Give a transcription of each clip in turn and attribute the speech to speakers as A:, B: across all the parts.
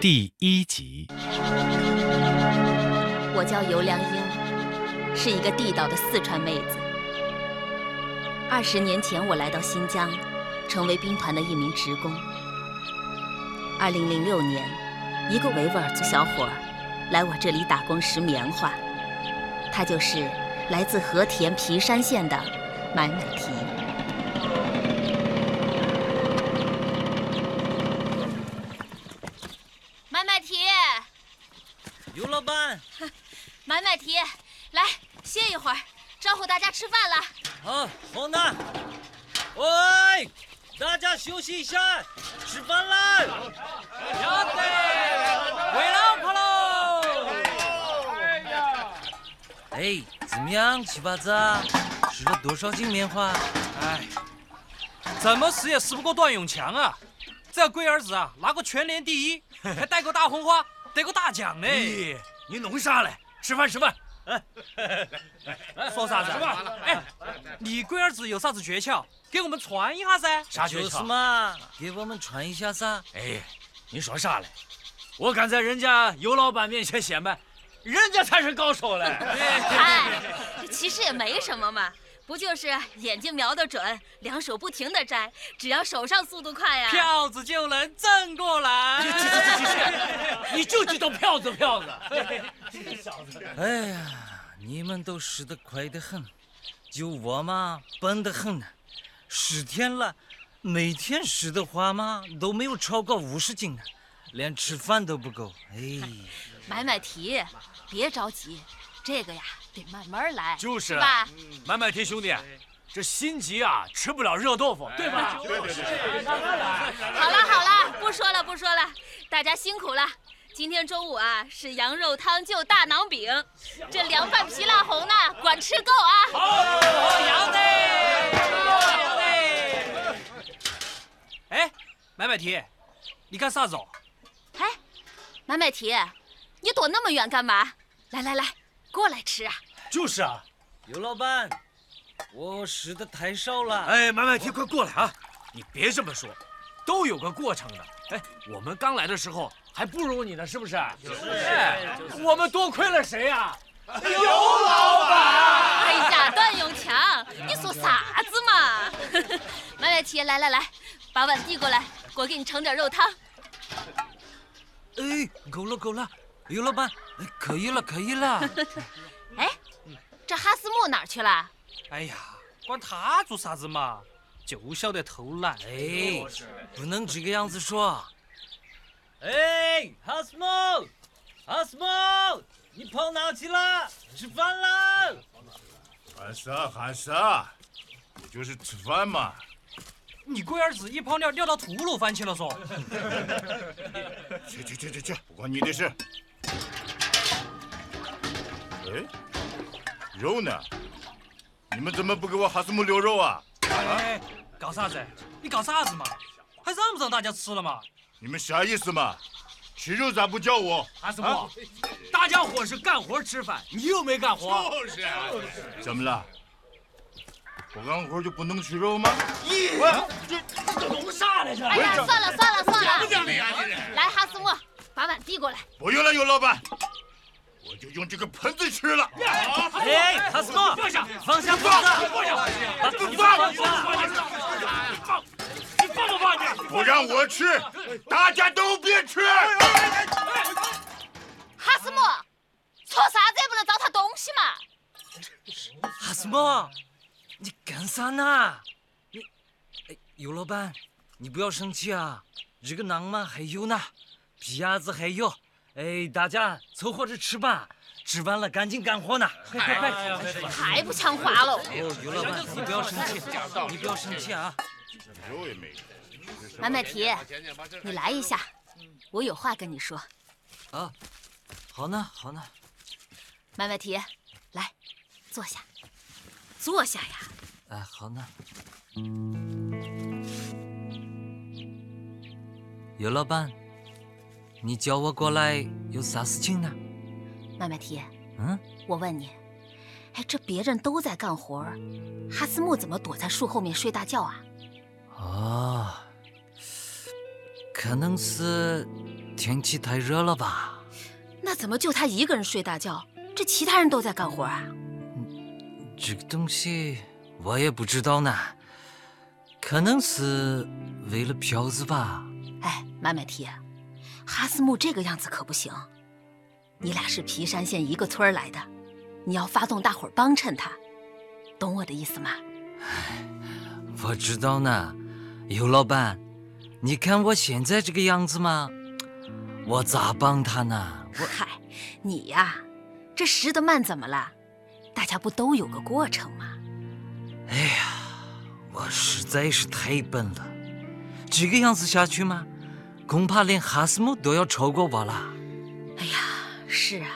A: 第一集，
B: 我叫尤良英，是一个地道的四川妹子。二十年前，我来到新疆，成为兵团的一名职工。二零零六年，一个维吾尔族小伙儿来我这里打工拾棉花，他就是来自和田皮山县的买买提。买买提，
C: 刘老板，
B: 买买提，来歇一会儿，招呼大家吃饭了。
C: 好，啊好呢。喂，大家休息一下，吃饭啦。要得，回老婆喽。哎，怎么样，七八子？吃了多少斤棉花？
D: 哎，怎么死也死不过段永强啊！这龟儿子啊，拿过全联第一，还带过大红花，得过大奖呢。
E: 你弄啥嘞？吃饭吃饭，
D: 说啥子？哎，你龟儿子有啥子诀窍？给我们传一下噻。
E: 啥诀
C: 就是
E: 窍？
C: 嘛，给我们传一下噻。
E: 哎，你说啥嘞？我敢在人家尤老板面前显摆，人家才是高手嘞。
B: 哎，这其实也没什么嘛，不就是眼睛瞄得准，两手不停的摘，只要手上速度快呀、
D: 票子就能挣过 来。
E: 你就知道票子票子。
C: 哎呀，你们都拾得快得很，就我嘛笨得很呢。十天了，每天拾的花嘛都没有超过五十斤呢，啊连吃饭都不够。哎，
B: 买买提，别着急，这个呀得慢慢来，
E: 就是
B: 是吧？
E: 买买提兄弟，啊这心急啊，吃不了热豆腐，对吧？
B: 好了好了，不说了不说了，大家辛苦了。今天中午啊是羊肉汤就大馕饼，这凉拌皮辣红呢管吃够啊！
D: 羊的，羊的。哎，买买提，你干啥子哦？
B: 哎，买买提，你躲那么远干嘛？来来来，过来吃啊！
E: 就是啊。
C: 刘老板，我拾的太少了。
E: 哎，买买提，快过来啊！
D: 你别这么说，都有个过程的。哎，
E: 我们刚来的时候还不如你呢，是不是？是。我们多亏了谁啊呀？
B: 哎呀，段永强，你说啥子 嘛？买买提，来来来，把碗递过来，我给你盛点肉汤。
C: 哎，够了够了，刘老板，哎可以了可以了。
B: 哎，这哈斯木哪儿去了？
D: 哎呀，管他做啥子嘛，就晓得偷懒。
C: 哎，不能这个样子说。哎，哈斯莫，哈斯莫，你跑哪去了？吃饭啦！
F: 喊啥喊啥，不就是吃饭嘛？
D: 你龟儿子一泡尿尿到吐鲁番去了嗦。
F: 去去去去去，不关你的事。哎，肉呢？你们怎么不给我哈斯姆留肉啊？
D: 哎，搞啥子？你搞啥子嘛？还让不让大家吃了嘛？
F: 你们啥意思嘛？吃肉咋不叫我？
E: 阿斯莫，大家伙是干活吃饭，你又没干活，
F: 就是，啊怎么了？不干活就不能吃肉吗？
E: 弄啥来着？
B: 哎呀，算了算了算了，
F: 讲理啊，这人！
B: 来哈斯木，把碗递过来。
F: 不用了，尤老板，我就用这个盆子吃了。
C: 哎，哈斯莫，
E: 放下，
C: 放下筷子，把筷子放下。
E: 哎你放不放哎你？
F: 不让我吃，大家都别吃。哎
B: 哈斯木，做啥子也不能糟蹋东西嘛！
C: 哈斯莫，你干啥呢？你，哎，尤老板，你不要生气啊。这个馕嘛还有呢，皮鸭子还有。哎，大家凑合着吃吧，吃完了赶紧干活呢。快
E: 哎
C: 快快！
B: 还不抢话喽？
C: 哦，尤老板，你不要生气，你不要生气啊。
F: 肉也没有。
B: 买买提，你来一下，我有话跟你说。
C: 好呢，好呢。
B: 买买提，来，坐下，坐下呀。
C: 哎，好呢。尤老板，你叫我过来有啥事情呢？
B: 买买提，
C: 嗯，
B: 我问你，哎，这别人都在干活儿，哈斯木怎么躲在树后面睡大觉啊？
C: 哦，可能是天气太热了吧？
B: 那怎么就他一个人睡大觉？这其他人都在干活啊？
C: 这个东西我也不知道呢，可能是为了票子吧。
B: 哎，马买提，哈斯木这个样子可不行。你俩是皮山县一个村儿来的，你要发动大伙儿帮衬他，懂我的意思吗？
C: 我知道呢，尤老板，你看我现在这个样子吗？我咋帮他呢？
B: 嗨，你呀、这拾得慢怎么了？大家不都有个过程吗？
C: 我实在是太笨了，这个样子下去吗？恐怕连哈斯姆都要超过我了。
B: 哎呀，是啊，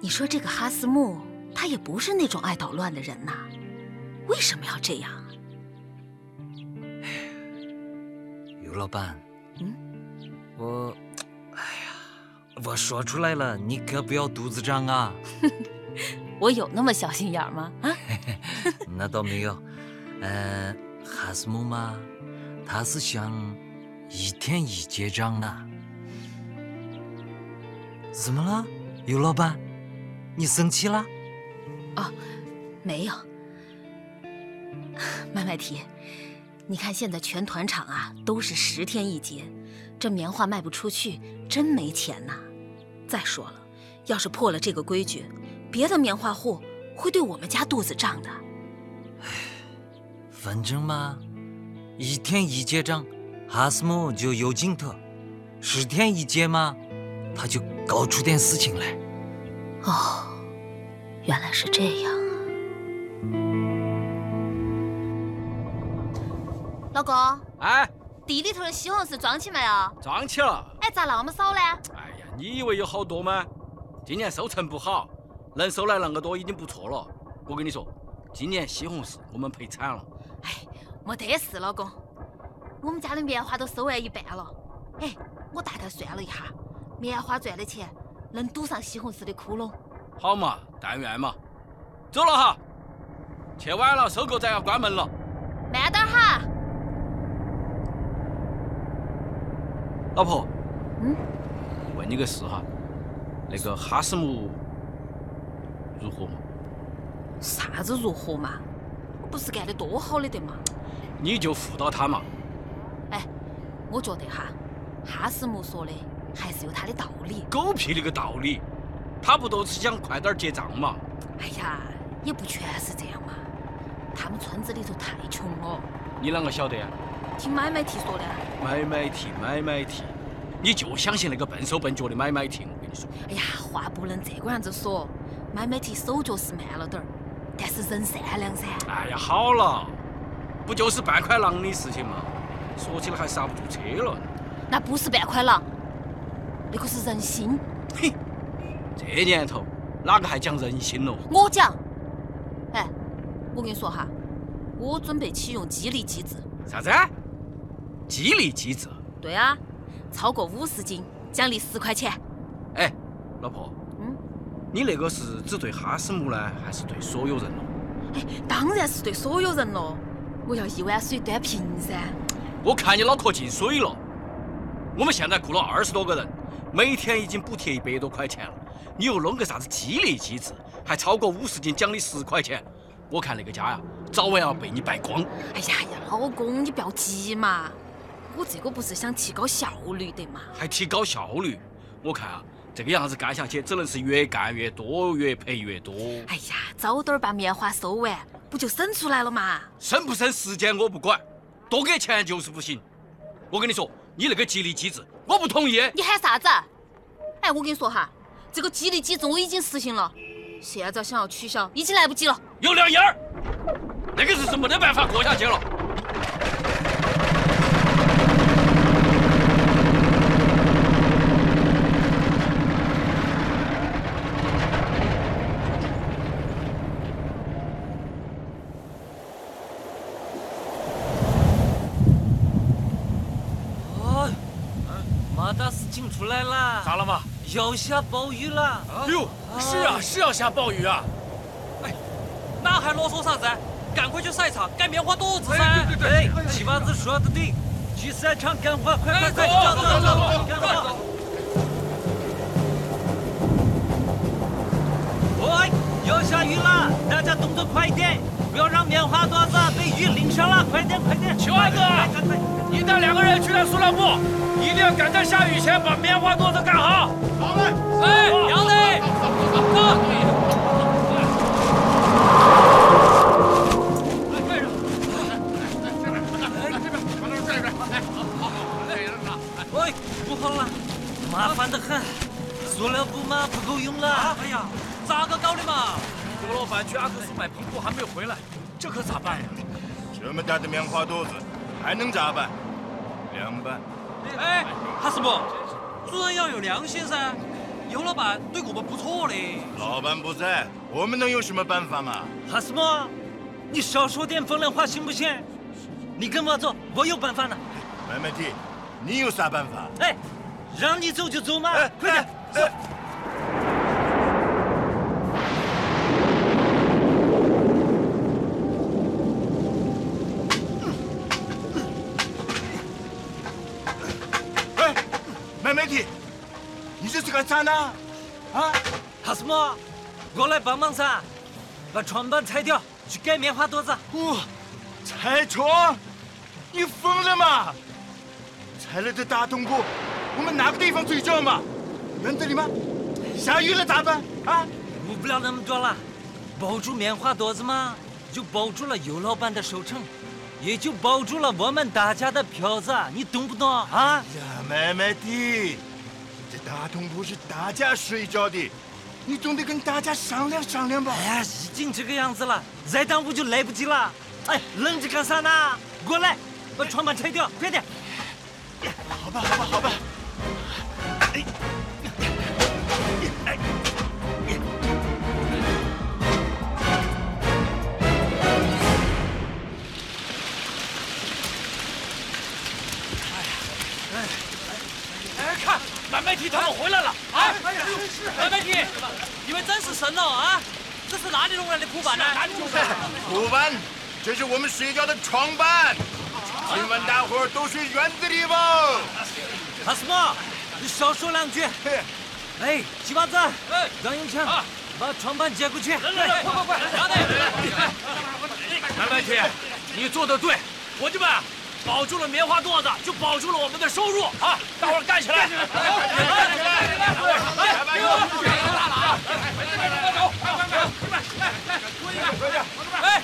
B: 你说这个哈斯木，他也不是那种爱捣乱的人呐，为什么要这样？
C: 尤老板，嗯，我，哎呀，我说出来了，你可不要肚子胀啊。
B: 我有那么小心眼儿吗？啊，
C: 那倒没有，呃，哈斯姆嘛，他是想一天一结账呢。怎么了，尤老板？你生气了？
B: 没有。 麦麦提，你看现在全团场啊都是十天一结，这棉花卖不出去，真没钱呐、再说了，要是破了这个规矩，别的棉花户会对我们家肚子胀的。
C: 反正嘛，一天一结账，哈斯姆就有劲头；十天一结嘛，他就搞出点事情来。
B: 哦，原来是这样啊！老公，
E: 哎，
B: 地里头的西红柿装起没有？
E: 装起了。
B: 哎，咋那么少呢？
E: 哎呀，你以为有好多吗？今年收成不好，能收来那么多已经不错了。我跟你说，今年西红柿我们赔惨了。
B: 没得事，老公，我们家的棉花都收完一半了。哎，我大概算了一下，棉花赚的钱能堵上西红柿的窟窿。
E: 好嘛，但愿嘛。走了哈，去晚了，收购站要关门了。
B: 慢点儿哈。
E: 老婆，
B: 嗯，
E: 问你个事哈，那个哈斯姆如何嘛？
B: 啥子如何嘛？我不是干得多好了的嘛？
E: 你就辅导他嘛。
B: 哎，我觉得哈，哈斯姆说的还是有他的道理。
E: 狗屁那个道理，他不都是想快点儿结账嘛？
B: 哎呀，也不全是这样嘛，他们村子里头太穷了，
E: 你啷个晓得呀？啊
B: 听买卖提说的。
E: 买买提，买买提，你就相信那个笨手笨脚的买买提。我跟你说，
B: 哎呀，话不能这个样子说，买卖提手脚是慢了点儿，但是人善良噻。
E: 哎呀，好了，不就是半块狼的事情嘛？说起来还刹不住车了。
B: 那不是半块狼，那个是人心。
E: 嘿，这年头哪个还讲人心喽？
B: 我讲，哎，我跟你说哈，我准备启用激励机制。
E: 啥子？啊激励机制？
B: 对啊，超过五十斤奖励十块钱。
E: 哎，老婆，
B: 嗯，
E: 你那个是只对哈斯姆呢，还是对所有人喽？
B: 哎，当然是对所有人喽。我要一碗水端平噻。哎
E: 我看你脑壳进水了。我们现在雇了二十多个人，每天已经补贴一百多块钱了。你又弄个啥子激励机制，还超过五十斤奖励十块钱，我看那个家呀，早晚要被你败光。
B: 哎呀呀，老公，你不要急嘛，我这个不是想提高效率的嘛。
E: 还提高效率，我看啊，这个样子干下去，只能是越干越多，越赔越多。
B: 哎呀，早点儿把棉花收完，不就省出来了嘛？
E: 省不省时间我不管，多给钱就是不行。我跟你说，你那个激励机制，我不同意。
B: 你喊啥子？哎，我跟你说哈，这个激励机制我已经实行了，现在想要取消已经来不及了。
E: 有两眼儿，那个日子没得办法过下去了。
C: 哦，马大事情出来啦！
D: 了嘛？
C: 要下暴雨啦！
E: 哎呦，
C: 是啊
E: 是要下暴雨啊！
D: 那
C: 哎
D: 还啰嗦啥子？赶快去晒场，干棉花垛子噻！
C: 哎，七八子说的对，去赛场干活，快快
E: 哎
C: 快，
E: 走走走走
C: 干
E: 快
C: 活！喂，要下雨了，大家动作快一点，不要让棉花垛子被雨淋上了，快点快点！
E: 秦万哥
C: 快快快
E: 你带两个人去趟塑料布，一定要赶在下雨前把棉花垛子干好。好嘞！哎，杨磊，走。
C: 喂，不好了，麻烦得很，塑料布嘛不够用了。哎呀，
E: 咋个搞的嘛？郭老板去阿克苏买苹果还没有回来，这可咋办呀？
F: 这么大的棉花垛子，还能咋办？凉拌。
E: 哎，哈斯姆，做人要有良心噻。尤老板对我们不错嘞。
F: 老板不在，我们能有什么办法嘛？
C: 哈斯莫，你少说点风凉话行不行？你跟我走，我有办法呢。
F: 白麦蒂，你有啥办法？
C: 哎，让你走就走嘛，
F: 哎，
C: 快点。
F: 哎！哎哎，白麦蒂，你这是干啥呢？啊？
C: 哈斯莫，我来帮忙噻，把床板拆掉，去盖棉花垛子。
F: 我拆床？你疯了吗？拆了这大通铺，我们哪个地方睡觉嘛？园子里吗？下雨了咋办啊？
C: 顾不了那么多了，保住棉花垛子嘛，就保住了尤老板的收成，也就保住了我们大家的票子，你懂不懂啊？
F: 呀，妹妹的，这大通铺是大家睡觉的，你总得跟大家商量商量 吧
C: 哎。呀，已经这个样子了，再耽误就来不及了。哎，愣着干啥呢？过来，把床板拆掉，快点！
F: 好吧，好吧，好吧。
E: 哎，看，买麦提他们回来了！哎，买麦提，你们真是神哦啊！这是哪里弄来的铺板呢？哪里弄来的？
F: 虎板，这是我们睡觉的床板，今晚大伙儿都睡园子里吧。
C: 阿斯莫，你少说两句。
F: 嘿
C: 哎，鸡巴子，
E: 哎
C: 杨永强
E: 啊，
C: 把床板接过去。
E: 来来，快快快，拿来！买麦提，你做的对，伙计们，保住了棉花垛子，就保住了我们的收入啊！大伙儿干起来！
F: 来吧，又
E: 哎，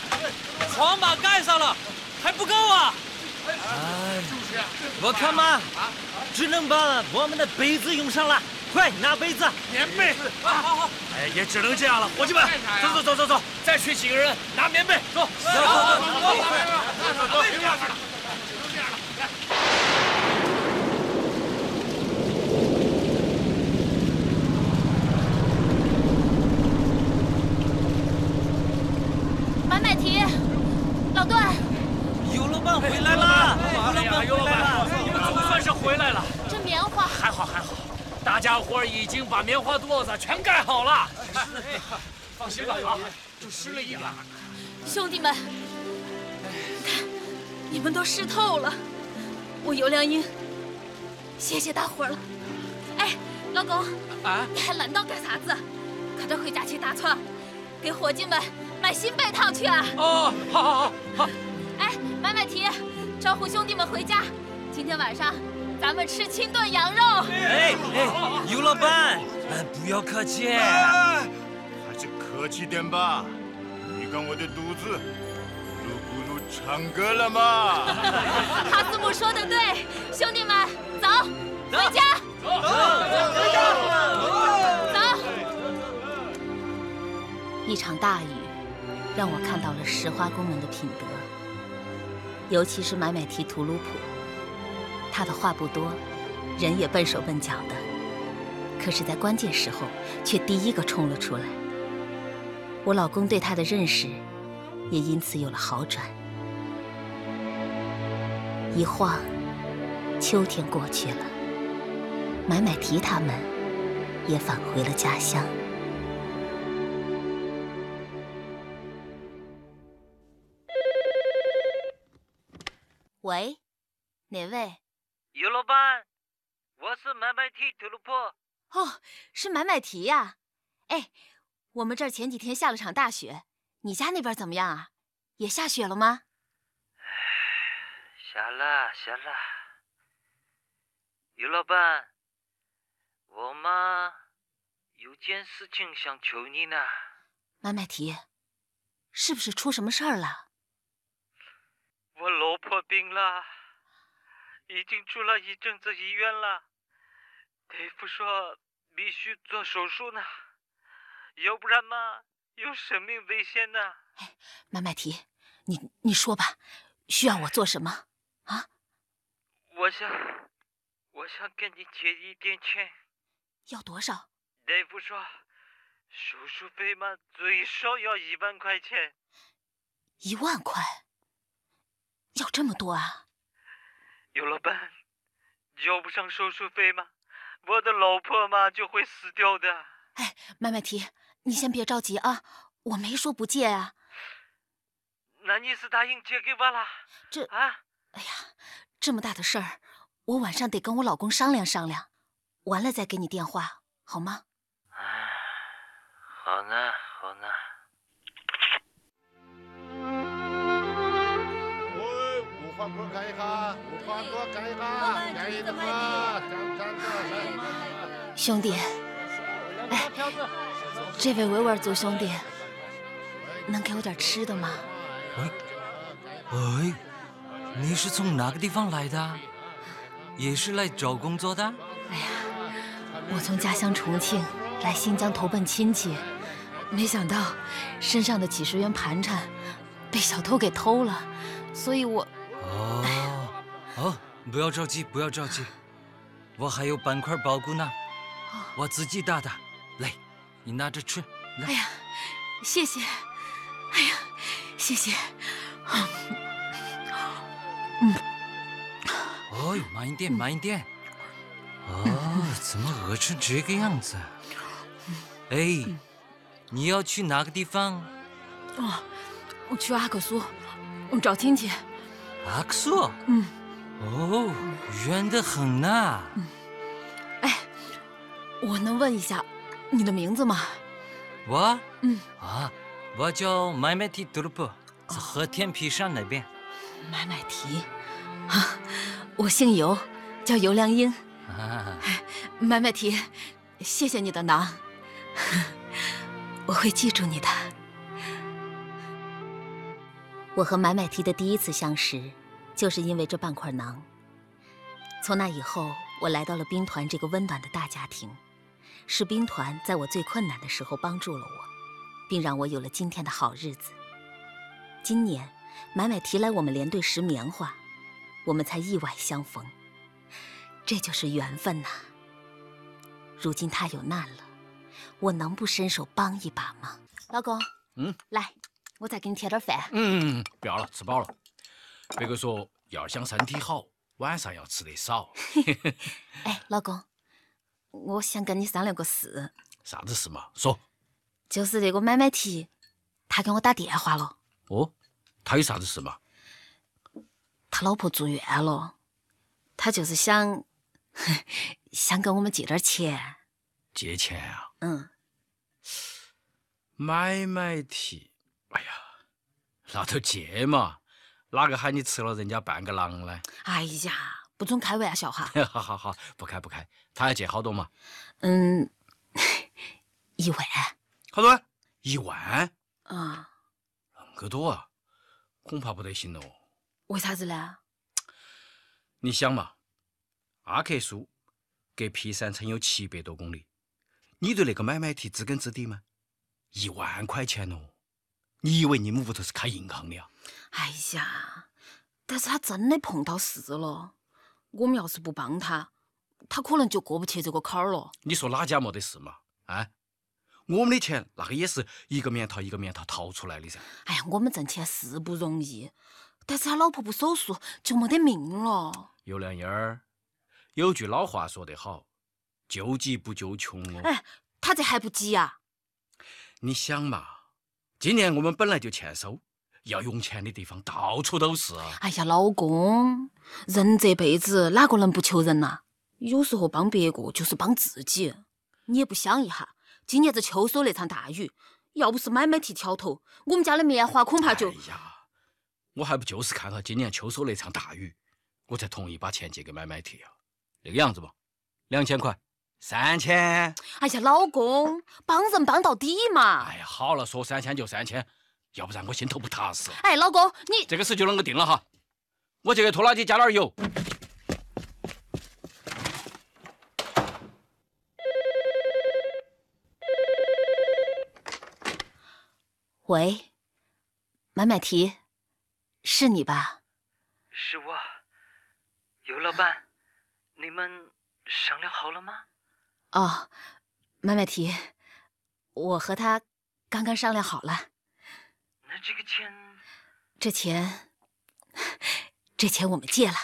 E: 床板盖上了，还不够啊！
C: 哎我看嘛，只能把我们的杯子用上了。快拿杯子！
E: 棉被，好好好，哎，也只能这样了，伙哎计们，走走走走走，再去几个人拿棉被，走，走走走走。
B: 满满蹄，老段，
C: 尤老板回来了，尤老
E: 哎
C: 板
E: 呦，
C: 回
E: 老
C: 来
E: 板
C: 了，，
E: 你们总算是回来了，
B: 这棉花
E: 还好还好，大家伙儿已经把棉花垛子全盖好了，哎放心吧，啊，就湿了一把。
B: 兄弟们，你们都湿透了。我尤良英，谢谢大伙儿了。哎，老狗，
E: 啊
B: 你还懒到干啥子？快点回家去打床，给伙计们买新被套去啊！
E: 哦，好好好好，
B: 哎，买买蹄，招呼兄弟们回家。今天晚上咱们吃清炖羊肉。
C: 哎哎，尤老板，哎不要客气。哎
F: 还是客气点吧。你看我的肚子，噜咕噜唱歌了吗？
B: 哈斯姆说的对，兄弟们，走，回家，走。一场大雨让我看到了石花工人的品德，尤其是买买提图鲁普，他的话不多，人也笨手笨脚的，可是，在关键时候却第一个冲了出来。我老公对他的认识也因此有了好转。一晃，秋天过去了，买买提他们也返回了家乡。喂，哪位？
C: 尤老板，我是买买提土路破。
B: 哦，是买买提呀、哎，我们这儿前几天下了场大雪，你家那边怎么样啊？也下雪了吗？
C: 下了下了，尤老板，我嘛有件事情想求你呢。
B: 买买提，是不是出什么事儿了？
C: 我老婆病了，已经住了一阵子医院了，大夫说必须做手术呢，要不然嘛有生命危险呢。
B: 买买提，你你说吧，需要我做什么？
C: 我想，我想跟你借一点钱。
B: 要多少？
C: 大夫说，手术费嘛最少要一万块钱。
B: 一万块？要这么多啊？
C: 有老板，交不上手术费嘛，我的老婆嘛就会死掉的。
B: 买买提，你先别着急啊，我没说不借啊。
C: 那你是答应借给我了？
B: 这
C: 啊，
B: 哎呀，这么大的事儿，我晚上得跟我老公商量商量，完了再给你电话好吗？
C: 好呢，好呢。
A: 喂，五花锅干一下，五花锅干一下，干一个嘛，干干个，
B: 兄弟，哎，这位维吾尔族兄弟，能给我点吃的吗？
C: 喂，你是从哪个地方来的？也是来找工作的？
B: 我从家乡重庆来新疆投奔亲戚，没想到身上的几十元盘缠被小偷给偷了，所以我
C: 哦，哦，不要着急，不要着急，我还有半块苞谷呢，我自己打的。来，你拿着吃。来，
B: 谢谢，哎呀，谢谢，
C: 哦呦，慢一点，慢一点。哦，怎么饿成这个样子？哎，你要去哪个地方？
B: 哦，我去阿克苏，我找亲戚，
C: 阿克苏。
B: 嗯。
C: 哦，远得很呐、
B: 我能问一下你的名字吗？
C: 我，
B: 嗯
C: 啊，我叫麦麦提德鲁布，在和田皮山那边。
B: 买买提，啊，我姓尤，叫尤良英。
C: 啊，
B: 买买提，谢谢你的囊， 我会记住你的。我和买买提的第一次相识，就是因为这半块囊。从那以后，我来到了兵团这个温暖的大家庭，是兵团在我最困难的时候帮助了我，并让我有了今天的好日子。今年，买买提来我们连队拾棉花，我们才意外相逢。这就是缘分呐、如今他有难了，我能不伸手帮一把吗？老公，
E: 嗯，
B: 来，我再给你贴点粉。
E: 嗯，不要了，吃饱了。别个说要想身体好，晚上要吃得少。
B: 哎，老公，我想跟你商量个事，
E: 啥子事嘛？说
B: 就是那个买买提，他给我打电话了，
E: 哦，他有啥子事嘛？
B: 他老婆住院了，他就是想，想跟我们借点钱。
E: 借钱啊？
B: 嗯，
E: 买买提，哎呀，那都借嘛，哪个喊你吃了人家半个狼呢？
B: 哎呀，不准开玩笑哈。
E: 哈哈哈，不开不开，他要借好多嘛？
B: 嗯， 一万
E: 好多？一万？
B: 啊？
E: 恁个多啊？恐怕不得行哦。
B: 为啥子呢？
E: 你想嘛，阿克苏隔皮山城有七百多公里，你对那个买买提知根知底吗？一万块钱哦，你以为你们屋头是开银行的啊？
B: 哎呀，但是他真的碰到事了。我们要是不帮他，他可能就过不去这个坎儿了。
E: 你说哪家没得事嘛？啊，我们的钱那个也是一个棉桃一个棉桃逃出来的噻。
B: 哎呀，我们挣钱是不容易，但是他老婆不手术就没得命了。
E: 有良烟儿，有句老话说得好，救急不救穷哦。
B: 哎他这还不急啊？
E: 你想嘛，今年我们本来就欠收，要用钱的地方到处都是啊。
B: 哎呀，老公，人这辈子哪个能不求人呐、有时候帮别个就是帮自己。你也不想一下，今年子秋收那场大雨，要不是买买提条头，我们家的棉花恐怕就……
E: 哎呀，我还不就是看到今年秋收那场大雨，我才同意把钱借给买买提啊。这个样子吧，两千块，三千。
B: 哎呀，老公，帮人帮到底嘛
E: 哎。呀，好了，说三千就三千，要不然我心头不踏实。啊
B: 哎，老公，你
E: 这个事就啷个定了哈。我去给拖拉机加点儿油。
B: 喂，买买提，是你吧？
C: 是我，尤老板，你们商量好了吗？
B: 哦，买买提，我和他刚刚商量好了。
C: 那这个钱
B: 这钱，这钱我们借了。